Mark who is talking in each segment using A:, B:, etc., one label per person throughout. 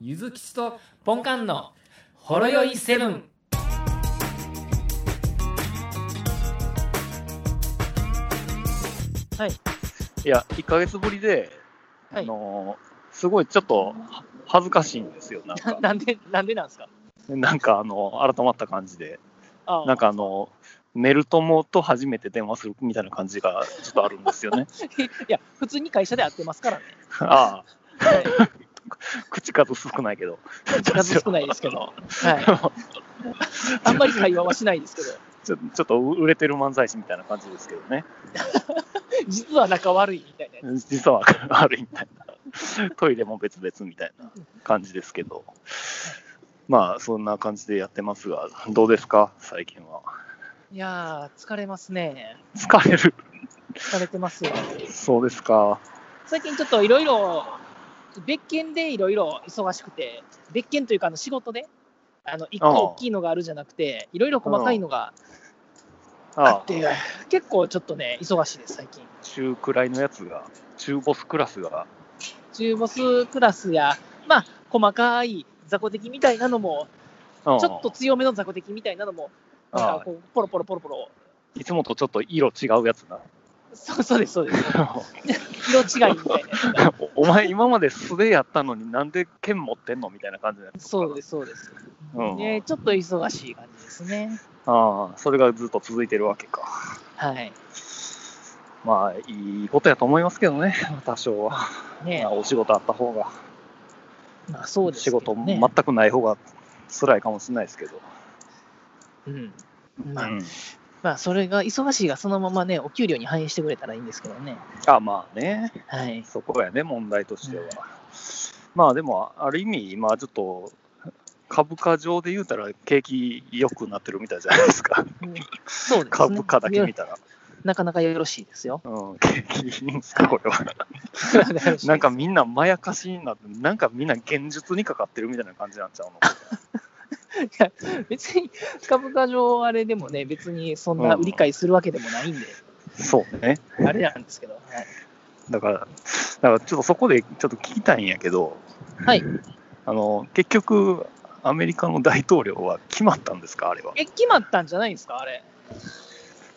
A: ゆずきちとポンカンのほろよいセブン。
B: はい。
C: いや、1ヶ月ぶりで、
B: はい
C: あのーすごいちょっとは恥ずかしいんですよ、なん
B: な
C: か、
B: なんで、なんでなんですか
C: なんかあの改まった感じで、
B: あー
C: なんかあの、メル友と初めて電話するみたいな感じがちょっとあるんで すよね。
B: いや、普通に会社で会ってます からね。
C: あ
B: はい
C: あ、口数少ないけど。
B: 数少ないですけど。はい。あんまり会話はしないですけど、
C: ちょちょっと売れてる漫才師みたいな感じですけどね。
B: 実は仲悪いみたいなや
C: 実は あるみたいな。トイレも別々みたいな感じですけど。まあ、そんな感じでやってますが、どうですか、最近は。
B: つ。いやー、疲れますね。
C: 疲れる。
B: 疲れてますよ。
C: そうですか。
B: 最近ちょっといろいろ、別件でいろいろ忙しくて、別件というか、あの仕事で、あの、一個
C: ああ
B: 大きいのがあるじゃなくて、いろいろ細かいのがあ
C: あ
B: っ
C: あ
B: て、結構ちょっとね、忙しいです、最近。
C: 中くらいのやつが、中ボスクラスが、
B: 中ボスクラスや、まあ、細かい雑魚敵みたいなのも、
C: うん
B: ちょっと強めの雑魚敵みたいなのも、なん
C: あ
B: かこう、ポロポロポロポロ。
C: いつもとちょっと色違うやつ な。
B: そうそうです、そうです。色違いみたいなやつ が。
C: お前、今まで素でやったのになんで剣持ってんのみたいな感じのやつ。
B: そうです、そうです。
C: うん
B: ね、ちょっと忙しい感じですね。
C: ああ、それがずっと続いてるわけか。
B: はい。
C: まあ、いいことやと思いますけどね、 多少は。
B: ね
C: まあ、お仕事あった方が、
B: まあそうです
C: 仕
B: けど
C: 事
B: ね。
C: 全くない方が辛いかもしれないですけど。
B: うん。
C: う
B: まあ、
C: ん、
B: まあ、それが、忙しいがそのままね、お給料に反映してくれたらいいんですけどね。
C: あまあね、
B: はい。
C: そこやね、問題としては。まあでも、ある意味、今ちょっと、株価上で言うたら、景気良くなってるみたいじゃないですか。
B: うんそうですね。
C: 株価だけ見たら。
B: なかなかよろしいです よ。
C: うん、景気いいんですか、これは。
B: なかなかよろしいです
C: なんかみんなまやかしになって、なんかみんな現実にかかってるみたいな感じになっちゃうの。
B: 別に株価上あれでもね、別にそんな売り買いするわけでもないんで、
C: そうね。
B: あれなんですけど、はい
C: だから、だからちょっとそこでちょっと聞きたいんやけど、
B: はい。
C: あの、結局、アメリカの大統領は決まったんですか、あれは。
B: え、決まったんじゃないですか、あれ。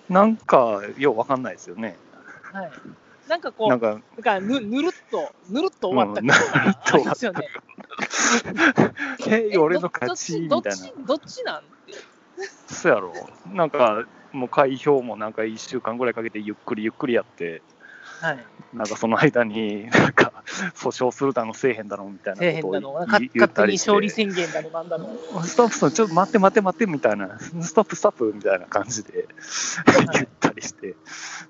C: なんか、ようわかんないですよね。
B: はい、なんかこう、
C: な
B: なん
C: んか、
B: かぬぬるっと、ぬるっと終わった
C: うん
B: 感
C: と終
B: じで
C: わっ
B: すよね。
C: え
B: え
C: 俺の
B: ど
C: 勝ちみ
B: どった
C: いな
B: ち。どっちどっちなんて、
C: そうやろ。なんか、もう開票もなんか1週間ぐらいかけてゆっくりゆっくりやって、
B: はい、
C: なんかその間に、なんか、訴訟するだの、せえへんだのみたい
B: 底
C: な
B: 辺
C: こと
B: だの、
C: を
B: か
C: 言い言っ
B: 勝
C: た
B: 手
C: り
B: に
C: して
B: 勝利宣言だの、なんだの、
C: ストップ、ストップ、ちょっと待って待って待ってみたいな、ストップ、ストップみたいな感じで言ったりして、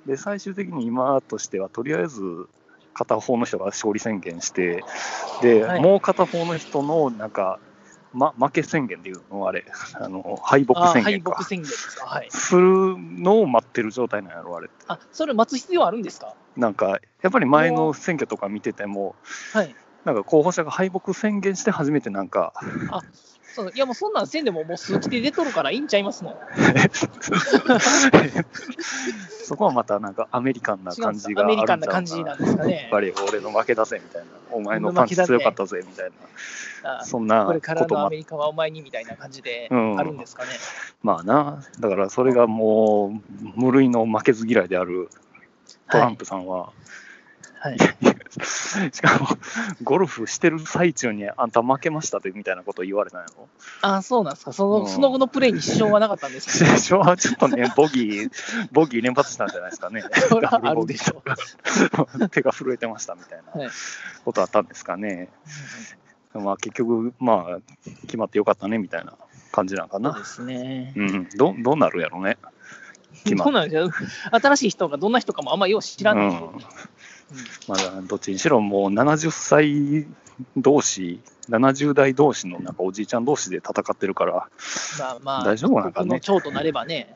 C: で、最終的に今としては、とりあえず、片方の人が勝利宣言して、で、
B: はい
C: もう片方の人の、なんか、ま、負け宣言っていうのあれ、あの、敗北
B: あー
C: 宣
B: 敗
C: 言
B: 北
C: か。
B: 宣言ですか、はい。
C: するのを待ってる状態なんやろ、あれって。
B: あそれ待つ必要あるんですか、
C: なんか、やっぱり前の選挙とか見てても、
B: はい、
C: なんか候補者が敗北宣言して初めてなんか、
B: そういや、もうそんなんせんでも、もう数値で出とるからいいんちゃいますの。
C: そこはまたなんかアメリカンな
B: 違うん
C: 感
B: です
C: じ
B: か
C: が
B: ア
C: あ
B: メ
C: るん
B: リ
C: ち
B: カ
C: ゃう
B: ンな感じなんですか
C: や
B: ね
C: っ。ぱり俺の負けだぜみたいな、お前のパンチ強かったぜみたいな、
B: あ
C: そんな
B: これから
C: こと
B: の
C: も
B: ア
C: あ
B: メリカはお前にみたいな感じで
C: うん
B: あるんですかね。
C: まあな、だからそれがもう無類の負けず嫌いであるトランプさんは、
B: はい、
C: しかもゴルフしてる最中にあんた負けましたってみたいなこと言われたんやろ。
B: あそうなんですかその、
C: うん
B: その後のプレーに支障はなかったんですか
C: 最初はちょっとね、ボギー、ボギー連発したんじゃないですかね。
B: それはあるでしょう。
C: 手が震えてましたみたい
B: は
C: ないことあったんですかね。まあ結局、まあ、決まってよかったねみたいな感じなんか
B: そう
C: な。
B: ですね。
C: うん、どどうなるやろね。決ま
B: そう
C: っ
B: なんですよ。新しい人がどんな人かもあんまよう知らないし、
C: うんまあ、どっちにしろもう70歳同士、70代同士のなんかおじいちゃん同士で戦ってるから、
B: まあまあ、
C: 大丈夫なんか
B: 僕の
C: ね。
B: 長となればね、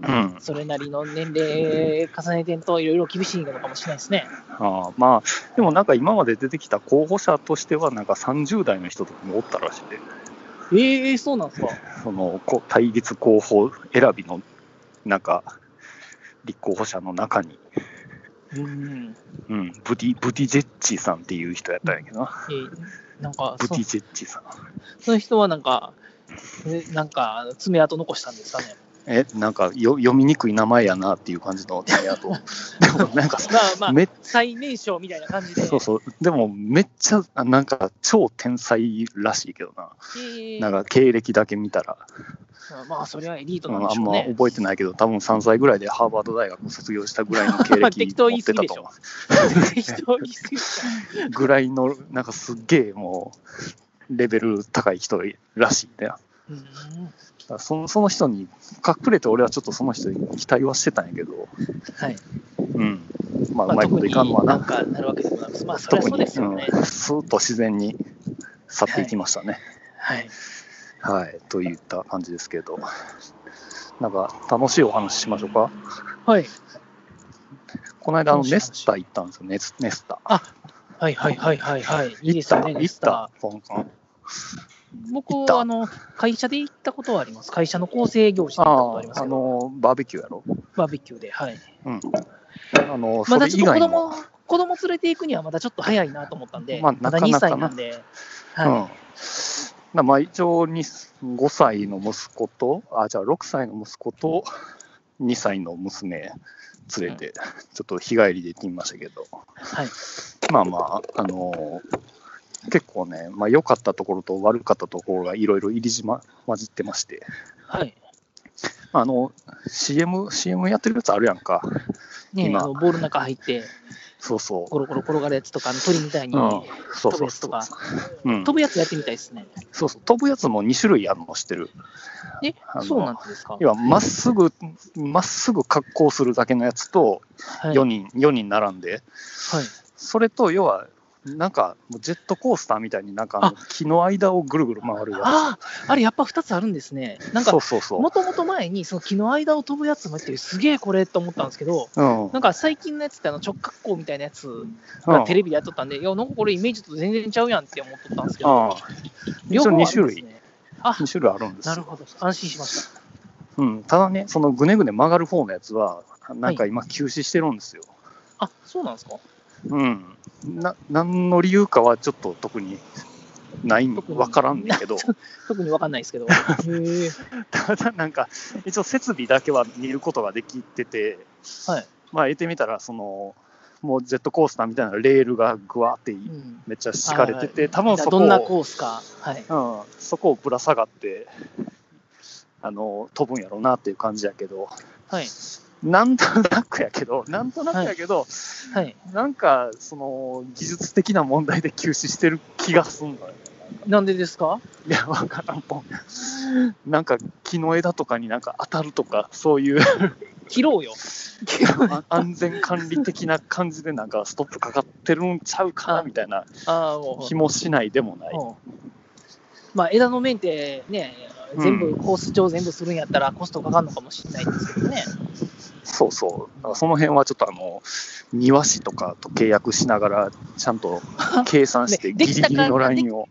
C: うん、
B: それなりの年齢重ねてんといろいろ厳しいのかもしれないですね。
C: ああまあ、でもなんか今まで出てきた候補者としては、なんか30代の人とかもおったらしいで、
B: ええそうなんですか。
C: そのこ対立候補選びのなんか立候補者の中に、
B: うん。
C: うん、ブディブディジェッチさんっていう人やったんやけどな。
B: えーなんか
C: ブ
B: そ
C: テ、ィジェッチさん。
B: その人はなんか、えなんか爪痕残したんですかね。
C: え、なんかよ読みにくい名前やなっていう感じの爪 痕。でもなんか、
B: まあまあ、
C: め
B: 最年少みたいな感じで。
C: そうそう。でもめっちゃ、あなんか超天才らしいけどな。
B: えー
C: なんか経歴だけ見たら、
B: まあ、それはエリート
C: う
B: なん
C: ん
B: で
C: あ
B: し
C: ん
B: ょう
C: ま
B: ね。
C: 覚えてないけど、多分3歳ぐらいでハーバード大学を卒業したぐらいの 経
B: まあ
C: 歴
B: 適当
C: 持
B: 言い
C: って
B: 過ぎ
C: た
B: でし
C: と
B: ょ
C: 思う。
B: 適当言い過ぎちゃう
C: ぐらいの、なんかすっげえもう、レベル高い人らしいね。だか
B: うん
C: らそのその人に、隠れて俺はちょっとその人に期待はしてたんやけど、
B: はい。
C: うん。ま
B: ま
C: あ、う
B: あ、
C: まいこ
B: 特
C: とい
B: に
C: かんのは
B: な
C: な。
B: んかなるわけでもなく、まあ、それは
C: 特
B: そう
C: に、
B: ですよね。
C: うん、スーッと自然に去っていきましたね。
B: はい。
C: はい、といった感じですけど。なんか、楽しいお話ししましょうか。
B: はい。
C: この間、あの、
B: 楽しい話
C: ネスタ行ったんですよ、ネスネスタ。
B: はいはいはいはいはい。いいですよね、ネ
C: 行っ
B: スタ
C: た。ポンコン。
B: 僕
C: 行った
B: あの、会社で行ったことはあります。会社の構成行事で行ったこと
C: あ
B: あります
C: あ、
B: け
C: あ
B: ど、
C: の、バーベキューやろ。
B: バーベキューで。はい。
C: うん。あの、
B: ま
C: そ
B: だ
C: れ
B: ちょ
C: 以
B: っと子
C: 外にも。
B: 供、子供連れて行くにはまだちょっと早いなと思ったんで、
C: まあ
B: ま
C: なかな
B: だ2
C: かな
B: 歳なんで、はい。
C: うん。なまあ、一応に、5歳の息子と、あ、じゃあ6歳の息子と、2歳の娘連れて、ちょっと日帰りで行ってみましたけど、
B: はい。
C: まあまあ、あのー結構ね、まあ、良かったところと悪かったところがいろいろ入りじま混じってまして、
B: はい。
C: あの、CM、CM やってるやつあるやんか。
B: ね、
C: 今
B: あのボールの中入って、
C: そうそう。
B: コロコロ転がるやつとか、あの鳥みたいに、
C: うんそう
B: 飛
C: そ
B: ぶや
C: う
B: つと
C: そう
B: か。
C: うん
B: 飛ぶやつやってみたいですね。
C: そうそう。飛ぶやつも2種類あるの知ってる。
B: え
C: あ、の
B: そうなんですか
C: 要は、まっすぐ、まっすぐ格好するだけのやつと、
B: はい。
C: 4
B: はい。
C: 人、四人並んで、それと、要は、なんか、もうジェットコースターみたいになんかあの、木の間をぐるぐる回るやつ。
B: ああ、あれやっぱ2つあるんですね。なんか
C: そう、そうそう。
B: もともと前にその木の間を飛ぶやつもやってるすげえこれと思ったんですけど、
C: うん
B: なんか最近のやつってあの直角行みたいなやつがテレビでやっとったんで、いや、なんかこれイメージと全然ちゃうやんって思っとったんですけど、
C: ああ一応2種類、
B: ね。
C: 2種類あるんです
B: なる
C: よ。
B: ほど、安心しました。
C: うん、ただね、そのぐねぐね曲がる方のやつは、なんか今、休止してるんですよ。
B: あ、そうなんですか
C: うん。な、何の理由かはちょっと特にないん、
B: 特に
C: わからんねんけど、
B: 特にわかんないです けど。へえ。
C: ただなんか、一応設備だけは見ることができてて、
B: はい。
C: まあ、言ってみたら、その、もうジェットコースターみたいなレールがぐわって
B: うん。
C: めっちゃ敷かれてて、
B: だ
C: 多分
B: か
C: そ
B: ら
C: こ
B: どんなコ
C: を、
B: ースか。はい。
C: うん、そこをぶら下がって、あの、飛ぶんやろうなっていう感じやけど、
B: はい。
C: なんとなくやけど、なんとなくやけど、
B: はい。
C: なんか、その、技術的な問題で休止してる気がすんのよ。
B: なんでですか
C: いや、わからんぽん。なんか、木の枝とかになんか当たるとか、そういう
B: 切ろうよ。切ろう
C: あ安全管理的な感じでなんかストップかかってるんちゃうかなみたい な
B: ああ、もう。
C: 気もしないでもない。
B: うんまあ、枝の面ってね、全部、
C: う
B: コース上全部するんやったらコストかかるのかもしれないですけどね。
C: そうそう。だからその辺はちょっとあの、庭師とかと契約しながら、ちゃ んと計算して
B: ねで
C: ギ
B: き
C: リ
B: たか
C: ギリのラインを。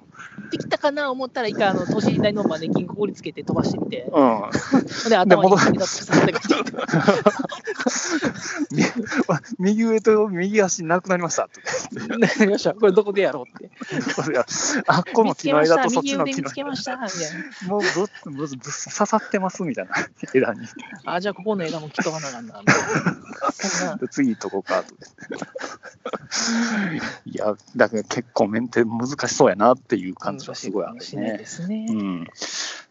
B: できたかな思ったら、一回、あの、都市大のマネキンこりつけて飛ばしてみて、
C: う ん。
B: ほんで、頭に枝つけて、
C: み右上と右足なくなり ましたって。
B: なりました。これどこでやろうって。
C: そりゃあっこの
B: 見つ
C: 木
B: け
C: の
B: まし
C: 枝
B: た、
C: とそっ
B: 右
C: ちの
B: 腕
C: 木
B: 見
C: の
B: つけました、みたいな。
C: もうぶっぶぶぶ刺さってますみたいな 枝に。
B: あ、じゃあここの枝もきっと花なんだ。みたいなそんな。
C: で次行っとこうか と。いや、だから結構メンテ難しそうやなっていう感じはすごいあ
B: か
C: る
B: もしれない
C: ね
B: で。すね
C: う。ん、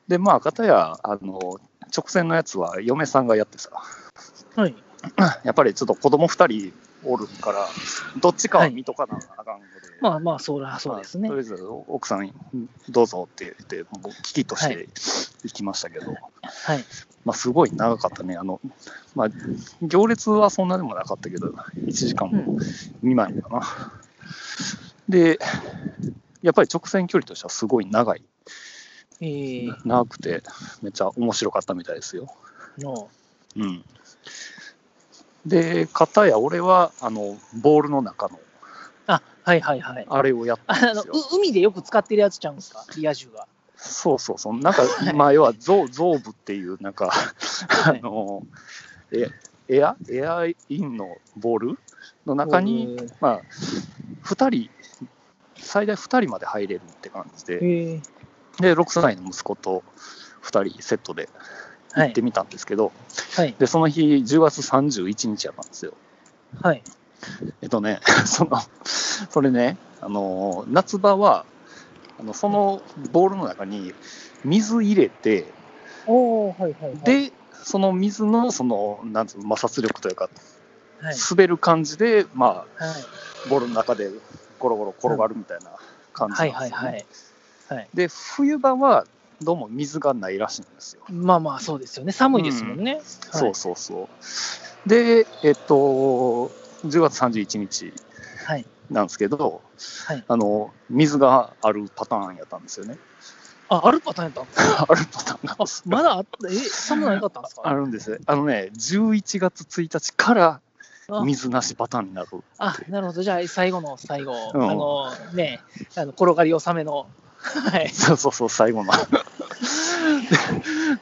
C: で、まあ、片やあの直線のやつは嫁さんがやってさ、
B: はい。
C: やっぱりちょっと子供2人おるから、どっちかは見とかなあかんので。
B: まあまあ、そらそうですね
C: まあと。りあえず奥さんどうぞって言って、もう危機として行きましたけど、
B: はい。
C: まあすごい長かったね。あの、まあ行列はそんなでもなかったけど、1時間
B: うん
C: 未満かな。で、やっぱり直線距離としてはすごい長い、
B: えー、
C: 長くて、めっちゃ面白かったみたいですよ。
B: の、
C: うん。で、片や俺は、あの、ボールの中の、
B: あ、はいはいはい。
C: あれをやった
B: あ
C: んで
B: の
C: す
B: う
C: よ。
B: 海でよく使ってるやつちゃうんですか、リア充が。
C: そうそうそう、なんか、まあ、要はゾウ、ゾウ部っていう、なんか、あ
B: い
C: の、えエア、エアインのボールの中に、
B: うん
C: まあ、2人最大2人まで入れるって感じで、
B: へえ。
C: で、6歳の息子と2人セットで
B: は
C: 行
B: い
C: って。みたんですけど、
B: はい。
C: で、その日、10月31日やったんですよ。
B: はい。
C: えっとね、 その、それね、あの、夏場は、あのそのボールの中に水入れて、
B: おおはいはいはい。、
C: で、その水の、その、なんつうの、摩擦力というか、
B: はい。
C: 滑る感じで、ま
B: はい。
C: あ、ボールの中でゴロゴロ転がるみたいな感じなん
B: は
C: です
B: い
C: よね
B: はいはい。
C: で、冬場は、どうも水がないらしいんですよ。
B: まあまあ、そうですよね。寒いですもんね。はい
C: そうそうそう。で、えっと、10月31日
B: はい。
C: なんですけど、
B: はい
C: あの、水があるパターンやったんですよね。
B: あ、あるパターンやったんですか
C: あるパターンなんですよ
B: まだあった、え、寒なかったんです
C: あ
B: か
C: るんです。あのね、11月1日から
B: あ
C: 水なしパターンになる。
B: あ、なるほど。じゃあ、最後の最後、
C: うん
B: あの、ね、あの転がり納めの、はい。
C: そうそうそう、最後の。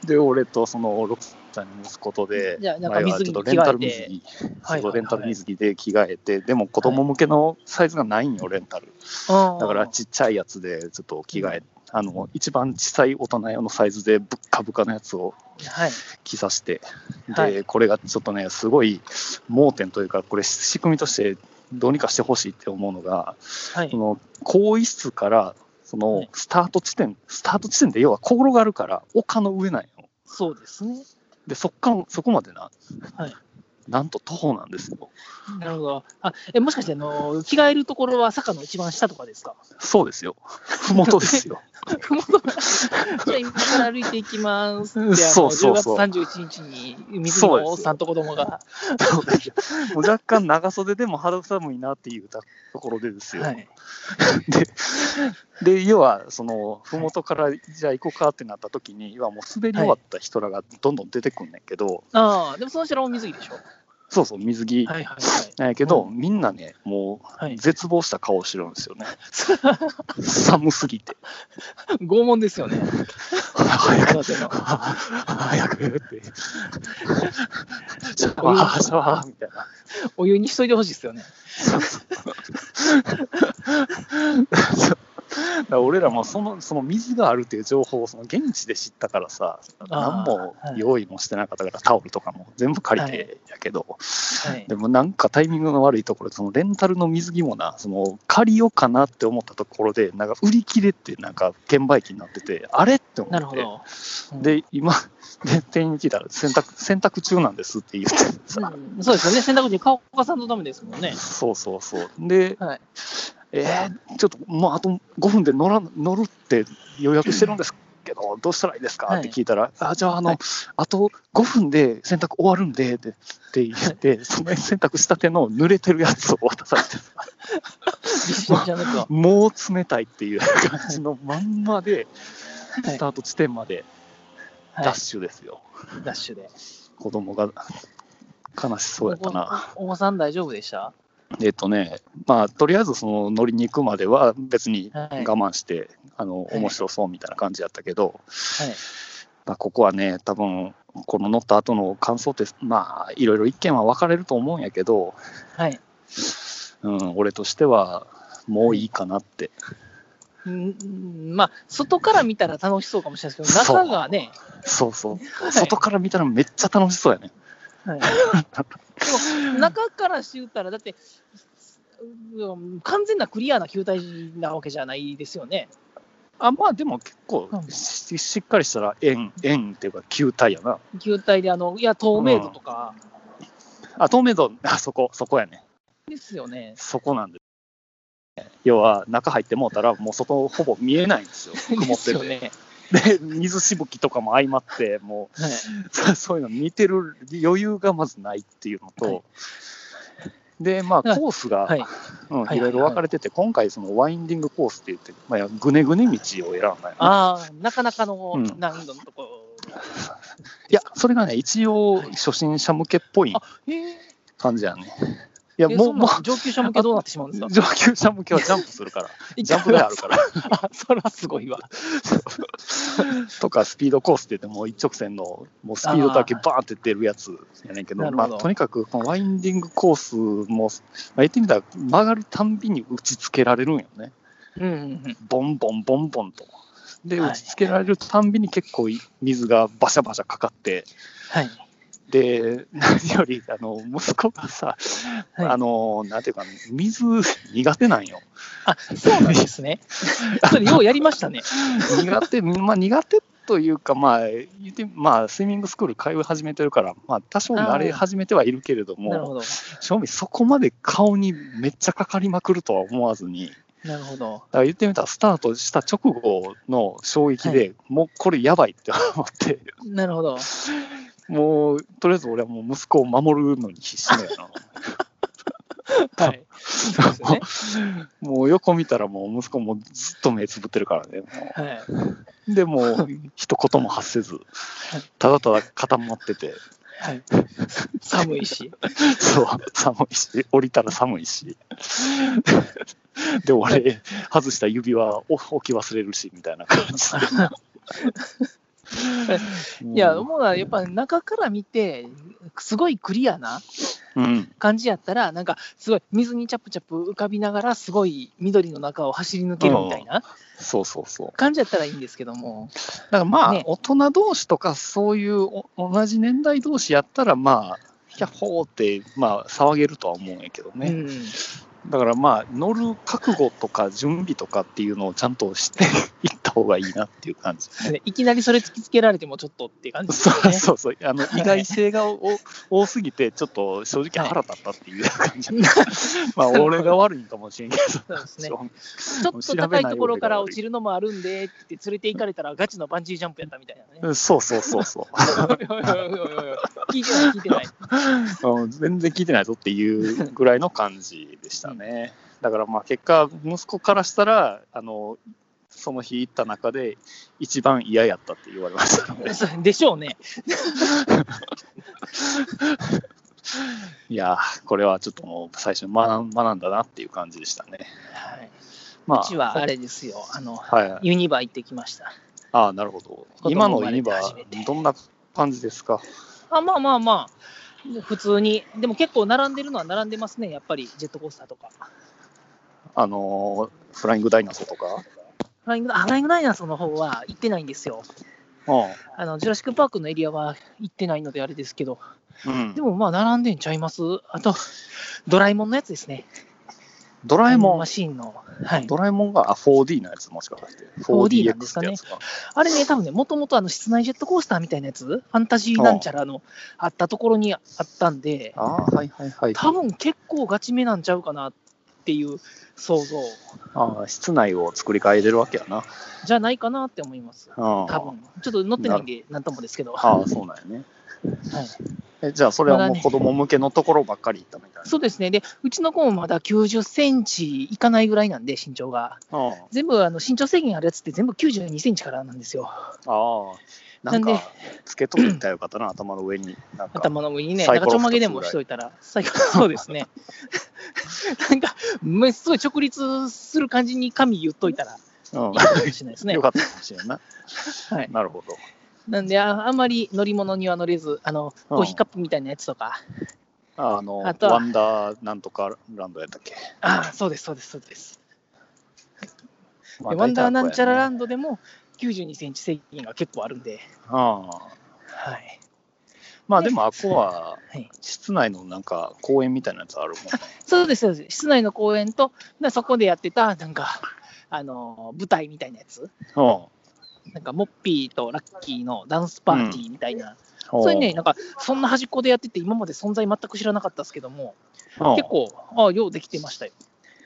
C: で、で俺とその6歳の息子とで、
B: じゃあなんか
C: 前は
B: 水
C: ち
B: 着
C: ょ
B: に
C: っと
B: 着
C: レンタ
B: 替
C: ル
B: え
C: 水
B: て、
C: 着、
B: はいはいはい
C: そうレンタル水着で着替えて、でも子供向けのサイズがないんよ、レンタル。だ
B: だ
C: からちっちゃいやつでちょっと着替え、あの一番小さい大人用のサイズでぶっかぶかのやつを
B: はい。
C: 着させて、で、
B: はい
C: これがちょっとね、すごい盲点というか、これ、仕組みとしてどうにかしてほしいって思うのが、
B: は
C: そ
B: い。
C: の更衣室からそ
B: は
C: の
B: い
C: スタート地点、スタート地点で要は転がるから、丘の上なんよ。
B: そうですね。
C: で、そっからそこまでな、
B: はい
C: なんと徒歩なんですよ。
B: なるほど。あ、え、もしかして、あの、着替えるところは坂の一番下とかですか
C: そうですよ、 ふもとです よ。
B: ふもとがじゃあ今から歩いていきますって、あの
C: そうそうそう
B: 10月31日に水
C: そうで
B: の
C: す
B: おっさんと子供が。
C: そうですよもう若干長袖でも肌寒いなっていうところでですよ。
B: はい。
C: で、要は、その、ふもとから、じゃあ行こうかってなった時に、要はもう滑り終わった人らがどんどん出てくんねんけど、
B: ああ、でもその人らも水着でしょ。
C: そうそう、水着
B: はいはいはい。
C: なんやけど、
B: う
C: みんなね、も
B: は
C: う
B: い、
C: 絶望した顔してるんですよね。 寒すぎて。
B: 拷問ですよね。
C: 早
B: あ
C: く、
B: なたの
C: 早く って。シャワー、シャワーみたいな。
B: お湯にしといてほしいですよね。
C: そうそうだから俺らもそのその水があるっていう情報をその現地で知ったからさ、何
B: あー
C: も
B: はい
C: 用意もしてなかったから、タオルとかも全部借りてやけど、
B: はい
C: で。もなんかタイミングの悪いところで、そのレンタルの水着もな、その借りようかなって思ったところで、なんか売り切れって、なんか券売機になってて、あれって思って。
B: なるほど。うん、
C: で、今、で店員に聞いたら洗濯、洗濯中なんですって言ってさ、
B: うんそうですよね。洗濯機、川岡さんのためですもんね。
C: そうそうそう。で、
B: はい
C: えーちょっともうあと5分で乗ら乗るって予約してるんですけど、どうしたらいいですか
B: はい
C: って聞いたら、あじゃああの、
B: はい
C: あと5分で洗濯終わるんでってって言って、その洗濯したての濡れてるやつを渡されて、
B: びしょびしょのやつは
C: もう冷たいっていう感じのまんまで、
B: はい
C: スタート地点まで
B: はい
C: ダッシュですよ、
B: ダッシュで。
C: 子供が。悲しそうやったな。
B: おおお子さん大丈夫でした
C: えっとね、まあ、とりあえずその乗りに行くまでは別に
B: は
C: 我
B: い。
C: 慢して、あの
B: はい
C: 面白そうみたいな感じだったけど、まあ、ここはね、多分この乗った後の感想って、まあ、いろいろ意見は分かれると思うんやけど、
B: はい。
C: うん、俺としては、もういいかなって、
B: うんうんまあ、外から見たら楽しそうかもしれないですけ
C: そ
B: ど、
C: う
B: 中がね、
C: そうそう、
B: い
C: 外から見たらめっちゃ楽しそうやね。
B: はい、でも中からしてたら、だって、うん完全なクリアな球体なわけじゃないですよね。
C: あまあ、でも結構
B: うん
C: し、しっかりしたら円、円っていうか、球体やな。
B: 球体で、あのいや、透明度とか
C: あ、透明度、 あそこ、そこやね。
B: ですよね。
C: そこなんです。要は中入ってもうたら、もう外ほぼ見えないん ですよ、曇
B: で
C: っ
B: す
C: て
B: よ
C: て。
B: ね。
C: で、水しぶきとかも相まって、も、
B: はいう
C: そそう いうの見てる余裕がまずないっていうのと、
B: はい
C: で、まあ、
B: はい
C: コースが、
B: はいい。
C: うん、
B: はい
C: いろいろ分かれてて、今回、そのワインディングコースって言って、まあ、ぐねぐね道を選んだよね、
B: ああ、なかなかの
C: うん
B: 難易度のところ。
C: いや、それがね、一応、初心者向けっぽい
B: あへえ。
C: 感じやね。いや、
B: え
C: も、
B: そうんな
C: も
B: ん上級者向けどうなってしまうんですか
C: う、上級者向けはジャンプす るから、ジャンプ台あるから。
B: あ そらすごいわ。
C: とかスピードコースって言ってもう一直線のもうスピードだけバーンって出るやつやねんけど
B: あー
C: ま
B: な
C: あ、
B: るほど
C: とにかくこのワインディングコースも、まあ、言ってみたら曲がるたんびに打ちつけられるんよね。
B: うんうんうん
C: ボンボンボンボンと。で、
B: はい
C: 打ちつけられるたんびに結構い水がバシャバシャかかって、
B: はい。
C: で、何より、あの、息子がさ、
B: はい
C: あの、なんていうか、水苦手なんよ。
B: あ、そうなんです ね。それ、ようやりましたね。
C: 苦手、まあ苦手というか、まあ、言って、まあ、スイミングスクール通い始めてるから、まあ、多少慣れ始めてはいるけれど
B: なるほ
C: も、
B: ど。
C: 正味そこまで顔にめっちゃかかりまくるとは思わずに、
B: なるほど。
C: だから言ってみたら、スタートした直後の衝撃で、もうこれやばいって思って、
B: なるほど。
C: もう、とりあえず俺はもう息子を守るのに必死だよ な。
B: はい。そうですよね。
C: もう横見たらもう息子もずっと目つぶってるからね。も
B: はい。
C: うで、もう一言も発せず、ただただ固まってて、
B: はい。寒いし。
C: そう、寒いし、降りたら寒いし。で、俺、外した指輪を置き忘れるし、みたいな感じで。
B: いや、
C: うん
B: 思うのは、やっぱ中から見て、すごいクリアな
C: うん、
B: 感じやったら、なんか、すごい水にチャプチャプ浮かびながら、すごい緑の中を走り抜けるみたいな
C: そうそうそう。
B: 感じやったらいいんですけども。
C: だからまあ、
B: ね
C: 大人同士とか、そういうお同じ年代同士やったら、まあ、キャッホーって、まあ、騒げるとは思うんやけど
B: う
C: ね。
B: ん。
C: だからまあ、乗る覚悟とか準備とかっていうのをちゃんとしていった方がいいなっていう感じ。
B: いきなりそれ突きつけられてもちょっとっていう感じです
C: そ
B: よ
C: う
B: ね。
C: そうそう、あの意外性がお多すぎて、ちょっと正直腹立ったっていう感じ、まあ、俺が悪いんかもしれんけ
B: そうです
C: ど、
B: ね。
C: そう
B: ちょっと高いところから落ちるのもあるんでって言って連れて行かれたらガチのバンジージャンプやったみたいなね。
C: そうそうそうそ
B: おいおいおいおいおい聞いてない、聞いてない。
C: う、うん全然聞いてないぞっていうぐらいの感じでしたね。だからまあ結果、息子からしたら、あのその日行った中で、一番嫌やったって言われました の で、
B: そうでしょうね。
C: いやー、これはちょっともう最初に学ん学んだなっていう感じでしたね。
B: はい、
C: まあ、
B: うちはあれですよ、あの、
C: はいはい
B: ユニバー行ってきました。
C: ああ、なるほど。
B: 供
C: 今の
B: 生ま
C: ユ
B: れて
C: ニバ
B: 初めて
C: ー、どんな感じですか
B: あまあまあまあ、普通に、でも結構並んでるのは並んでますね、やっぱりジェットコースターとか。
C: あのーフライングダイナソーとか。
B: フライングあフライングダイナソーの方は行ってないんですよ。
C: う
B: あのジュラシック・パークのエリアは行ってないのであれですけど、
C: んうん
B: でもまあ、並んでんちゃいます。あと、ドラえもんのやつですね。
C: ド
B: ド
C: ラえも
B: マ
C: ん、
B: シーンの。はい。
C: ドラえもんがあ 4D のやつもしかして。
B: 4D なんですか
C: 4DX って
B: ね
C: やつか。
B: あれね、多分ね、もともとあの室内ジェットコースターみたいなやつ、ファンタジーなんちゃらのあったところにあったんで、
C: ああ、はいはいはい。
B: 多分結構ガチめなんちゃうかなっていう想像
C: ああ室内を作り変えてるわけやな。
B: じゃないかなって思います。
C: 多
B: 多分ちょっと乗ってないんで、なんともですけど。
C: ああ、そうなんやね。
B: はい
C: えじゃあ、それは
B: ま
C: も
B: だ
C: う
B: ね
C: 子供向けのところばっかり行ったみたいな。
B: そうですね。で、うちの子もまだ90センチいかないぐらいなんで、身長が。
C: あ
B: 全部、あの身長制限あるやつって全部92センチからなんですよ。
C: あああ、なん
B: なん
C: か
B: で、
C: つけとくったらよかったな、頭の上に。なんか、
B: 頭の上にね、
C: サ
B: な
C: イ
B: ん
C: コ
B: か
C: ロ
B: ちょんまげでもしといたら、最高、 そうですね。なんか、めすごい直立する感じに神言っといたらいいかもしれないです
C: うん、
B: ね
C: よ。かったかもしれんな。
B: はい、
C: なるほど。
B: なんであ、あんまり乗り物には乗れず、あの
C: うん
B: コーヒーカップみたいなやつとか、
C: あの、
B: あとは
C: ワンダーなんとかランドやったっけ。
B: ああ、そうです、そうです、そうです。
C: まあ
B: でワンダーなんちゃらラ
C: 大体
B: ンドでも92センチ制限が結構あるんで、
C: こうやねああ
B: はい。
C: まあでも、あっこは
B: はい、
C: 室内のなんか公園みたいなやつあるもんね。
B: そうです、そうです。室内の公園と、なそこでやってた、なんか、あの舞台みたいなやつ、
C: う
B: なんか、モッピーとラッキーのダンスパーティーみたいな。
C: ん。
B: それね、なんか、そんな端っこでやってて、今まで存在全く知らなかったですけども、
C: うん、
B: 結構、ああ、ようできてましたよ。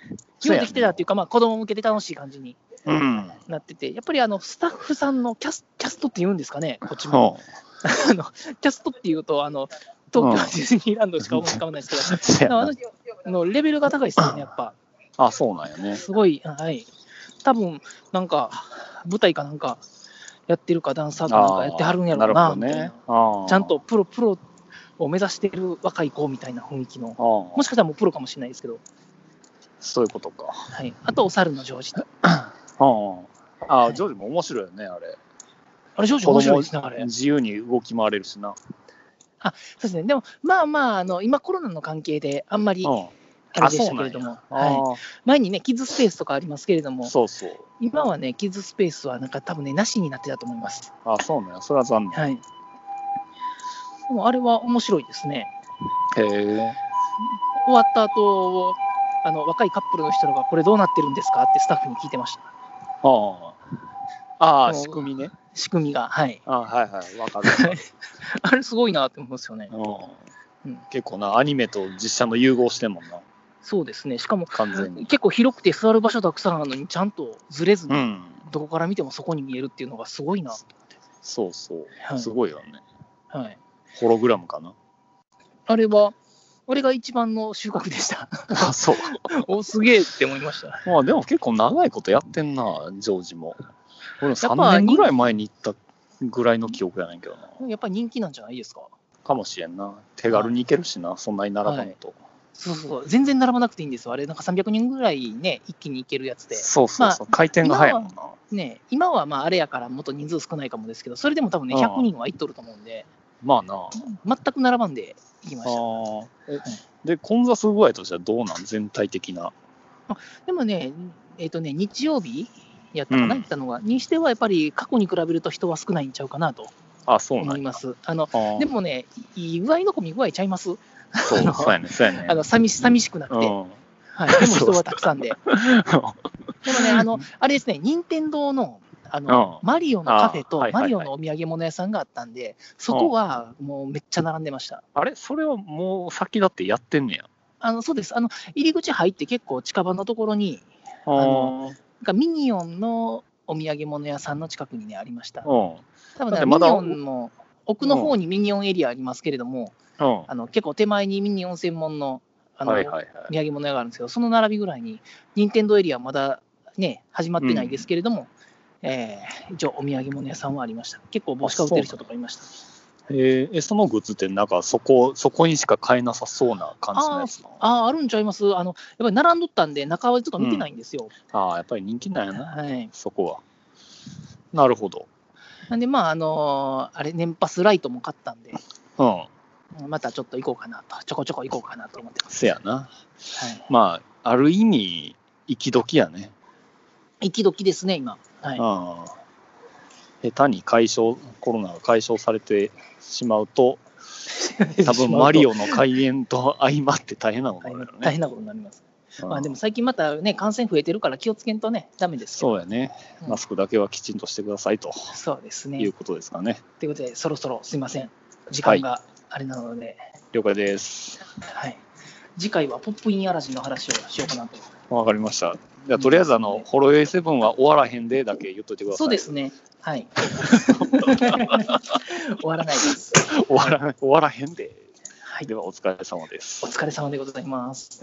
B: ようできてたっていううか、まあ、子供向けで楽しい感じに
C: か。うん。
B: なってて、やっぱりあのスタッフさんのキャスキャストって言うんですかね、こっちも。
C: そ
B: あのキャストっていうと、あの東京ディズニーランドしか思い浮 かばないですけど、
C: うや
B: あ
C: な
B: のあのレベルが高いですよね、やっぱ。
C: あ、そうなんやね。
B: すごい、はい。多分なんか、舞台かなんかやってるか、ダンサーかなんかやってはるんやろうな、
C: あーな
B: みた
C: るほど
B: い
C: ね
B: な。
C: ああ
B: ちゃんと。プロ、プロを目指してる若い子みたいな雰囲気の。
C: ああ
B: もしかしたらもうプロかもしれないですけど、
C: そういうことか。
B: はい、あとお猿のジョージと。
C: うん。ああ、ジョージも面白いよね、あれ。
B: あれ、ジョージ面白いですね、あれ。
C: 自由に動き回れるしな。
B: そうですね。でも、まあまあ、あの今コロナの関係で、あんまり
C: うん。
B: あれでしたけれども、はい、
C: あ
B: 前にね、キッズスペースとかありますけれど
C: あ、
B: も、
C: そうそう。
B: 今はね、キッズスペースはなんか多分ね、なしになってたと思います。
C: あそうね。それは残
B: はい。でもあれは面白いですね。
C: 念。へえ。
B: 終わった後あの若いカップルの人らが、これどうなってるんですかってスタッフに聞いてました。
C: ああ。ああ、
B: そう
C: 仕組みね。
B: 仕組みが。はい。
C: ああはいはい。わかるわかる。
B: あれすごいなって思うんですよね。
C: う
B: うん
C: ん、結構な、アニメと実写の融合してんもんな、
B: そうですね。しかも、
C: 完全 に。
B: 結構広くて座る場所たくさんあるのに、ちゃんとずれず
C: う
B: に、
C: ん、
B: どこから見てもそこに見えるっていうのがすごいな。
C: そうそう、
B: はい
C: すごいよね。
B: はい。
C: ホログラムか な。
B: あれは、俺が一番の収穫でした。
C: あそう。
B: お、すげえって思いました。
C: まあでも結構長いことやってんな、ジョージも。俺も
B: やっぱ
C: 3年ぐらい前に行ったぐらいの記憶やねんけどな。
B: やっぱり人気なんじゃないですか。
C: かもしれんな。手軽に行けるしな、そんなに並ばないと。
B: そうそうそう、全然並ばなくていいんですよ。あれ、なんか300人ぐらいね、一気に行けるやつで。
C: そうそうそう、回転が早いもんな。
B: ね、今はまああれやから、もっと人数少ないかもですけど、それでも多分ね、
C: うん
B: 100人は行っとると思うんで、
C: まあな。
B: 全く並ばんで行きま
C: あ
B: した。
C: ーえで、混雑具合としてはどうなん全体的な。
B: でもね、えっ、とね、日曜日やったかな、
C: うん
B: 行ったのが、にしてはやっぱり過去に比べると人は少ないんちゃうかなと
C: あ、そうな
B: 思い
C: んや。
B: ます。あの
C: あー
B: でもね、いい具合の混み具合ちゃいます。
C: そう
B: あの
C: そうやね、そうやね。
B: あの寂し寂しくなくて、
C: うん、
B: はい、でも人はたく さんで。でもね、あのあれですね、任天堂のあの、
C: う
B: マリオのカフェ
C: あー
B: と
C: はいはい
B: マ
C: はい
B: リオのお土産物屋さんがあったんで、そこはもうめっちゃ並んでました。
C: あれそれはもう先だってやってんねや。
B: あのそうですあの入り口入って結構近場のところに、
C: あの
B: なんかミニオンのお土産物屋さんの近くにね、ありました。
C: うん。
B: 多分
C: だっ
B: ね、
C: て
B: ミ
C: ま
B: ニ
C: だ
B: オンの奥の方にミニオンエリアありますけれども、
C: うん。
B: あの結構手前にミニオン専門のあの、
C: はいはいはい。
B: 土産物屋があるんですけど、その並びぐらいに、任天堂エリアまだね、始まってないですけれども、えー一応お土産物屋さんはありました。結構帽子かぶってる人とかいました。
C: えーえ、そのグッズってなんかそこ、そこにしか買えなさそうな感じのやつなのあ
B: ああー、あるんちゃいますあの、やっぱり並んどったんで、中はちょっと見てないんですよ。
C: あー、やっぱり人気なんやな、
B: はい。
C: そこは。なるほど。
B: なんで、まあ、あのーあれ、年パスライトも買ったんで、
C: うん。
B: またちょっと行こうかなと、ちょこちょこ行こうかなと思ってます。
C: せやな。
B: はい。
C: まあ、ある意味、行き時やね。
B: 行き時ですね、今。はい。
C: うん。下手に解消、コロナが解消されてしまうと、多分マリ
B: オ。
C: オの開園と相まって大変なことになるよね。
B: 大変なことになります。
C: うん
B: まあでも最近またね、感染増えてるから気をつけんとね、ダメですけど
C: そうやね
B: う。ん
C: マスクだけはきちんとしてくださいと
B: そうです
C: い
B: ね
C: う。ことですかね。
B: ということで、そろそろすいません。時間があれなので、
C: 了解です。
B: はい。次回はポップインアラジンの話をしようかなと。
C: わかりました。じゃあ、とりあえず、あの、ホロウェイセブンは終わらへんでだけ言っといてください。
B: そうで。すね。はい。終わらないです。
C: 終わら終わらへんで。
B: はい
C: で。は、お疲れ様で
B: お
C: す。
B: 疲れ様でございます。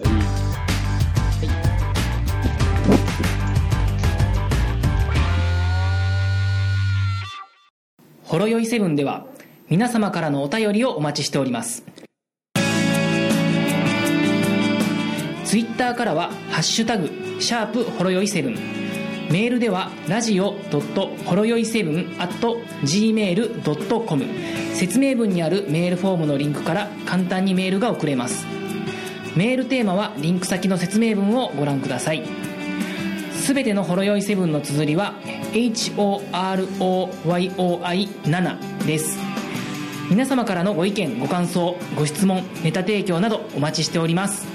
A: ほろよいセブンでは皆様からのお便りをお待ちしておりますツイッターからは「ハッシュタグシャープほろよいセブン」メールではラジオほろよい7 gmail.com 説明文にあるメールフォームのリンクから簡単にメールが送れますメールテーマはリンク先の説明文をご覧くださいすべてのほろ酔いセブンの綴りは HOROYOI7 です皆様からのご意見ご感想ご質問ネタ提供などお待ちしております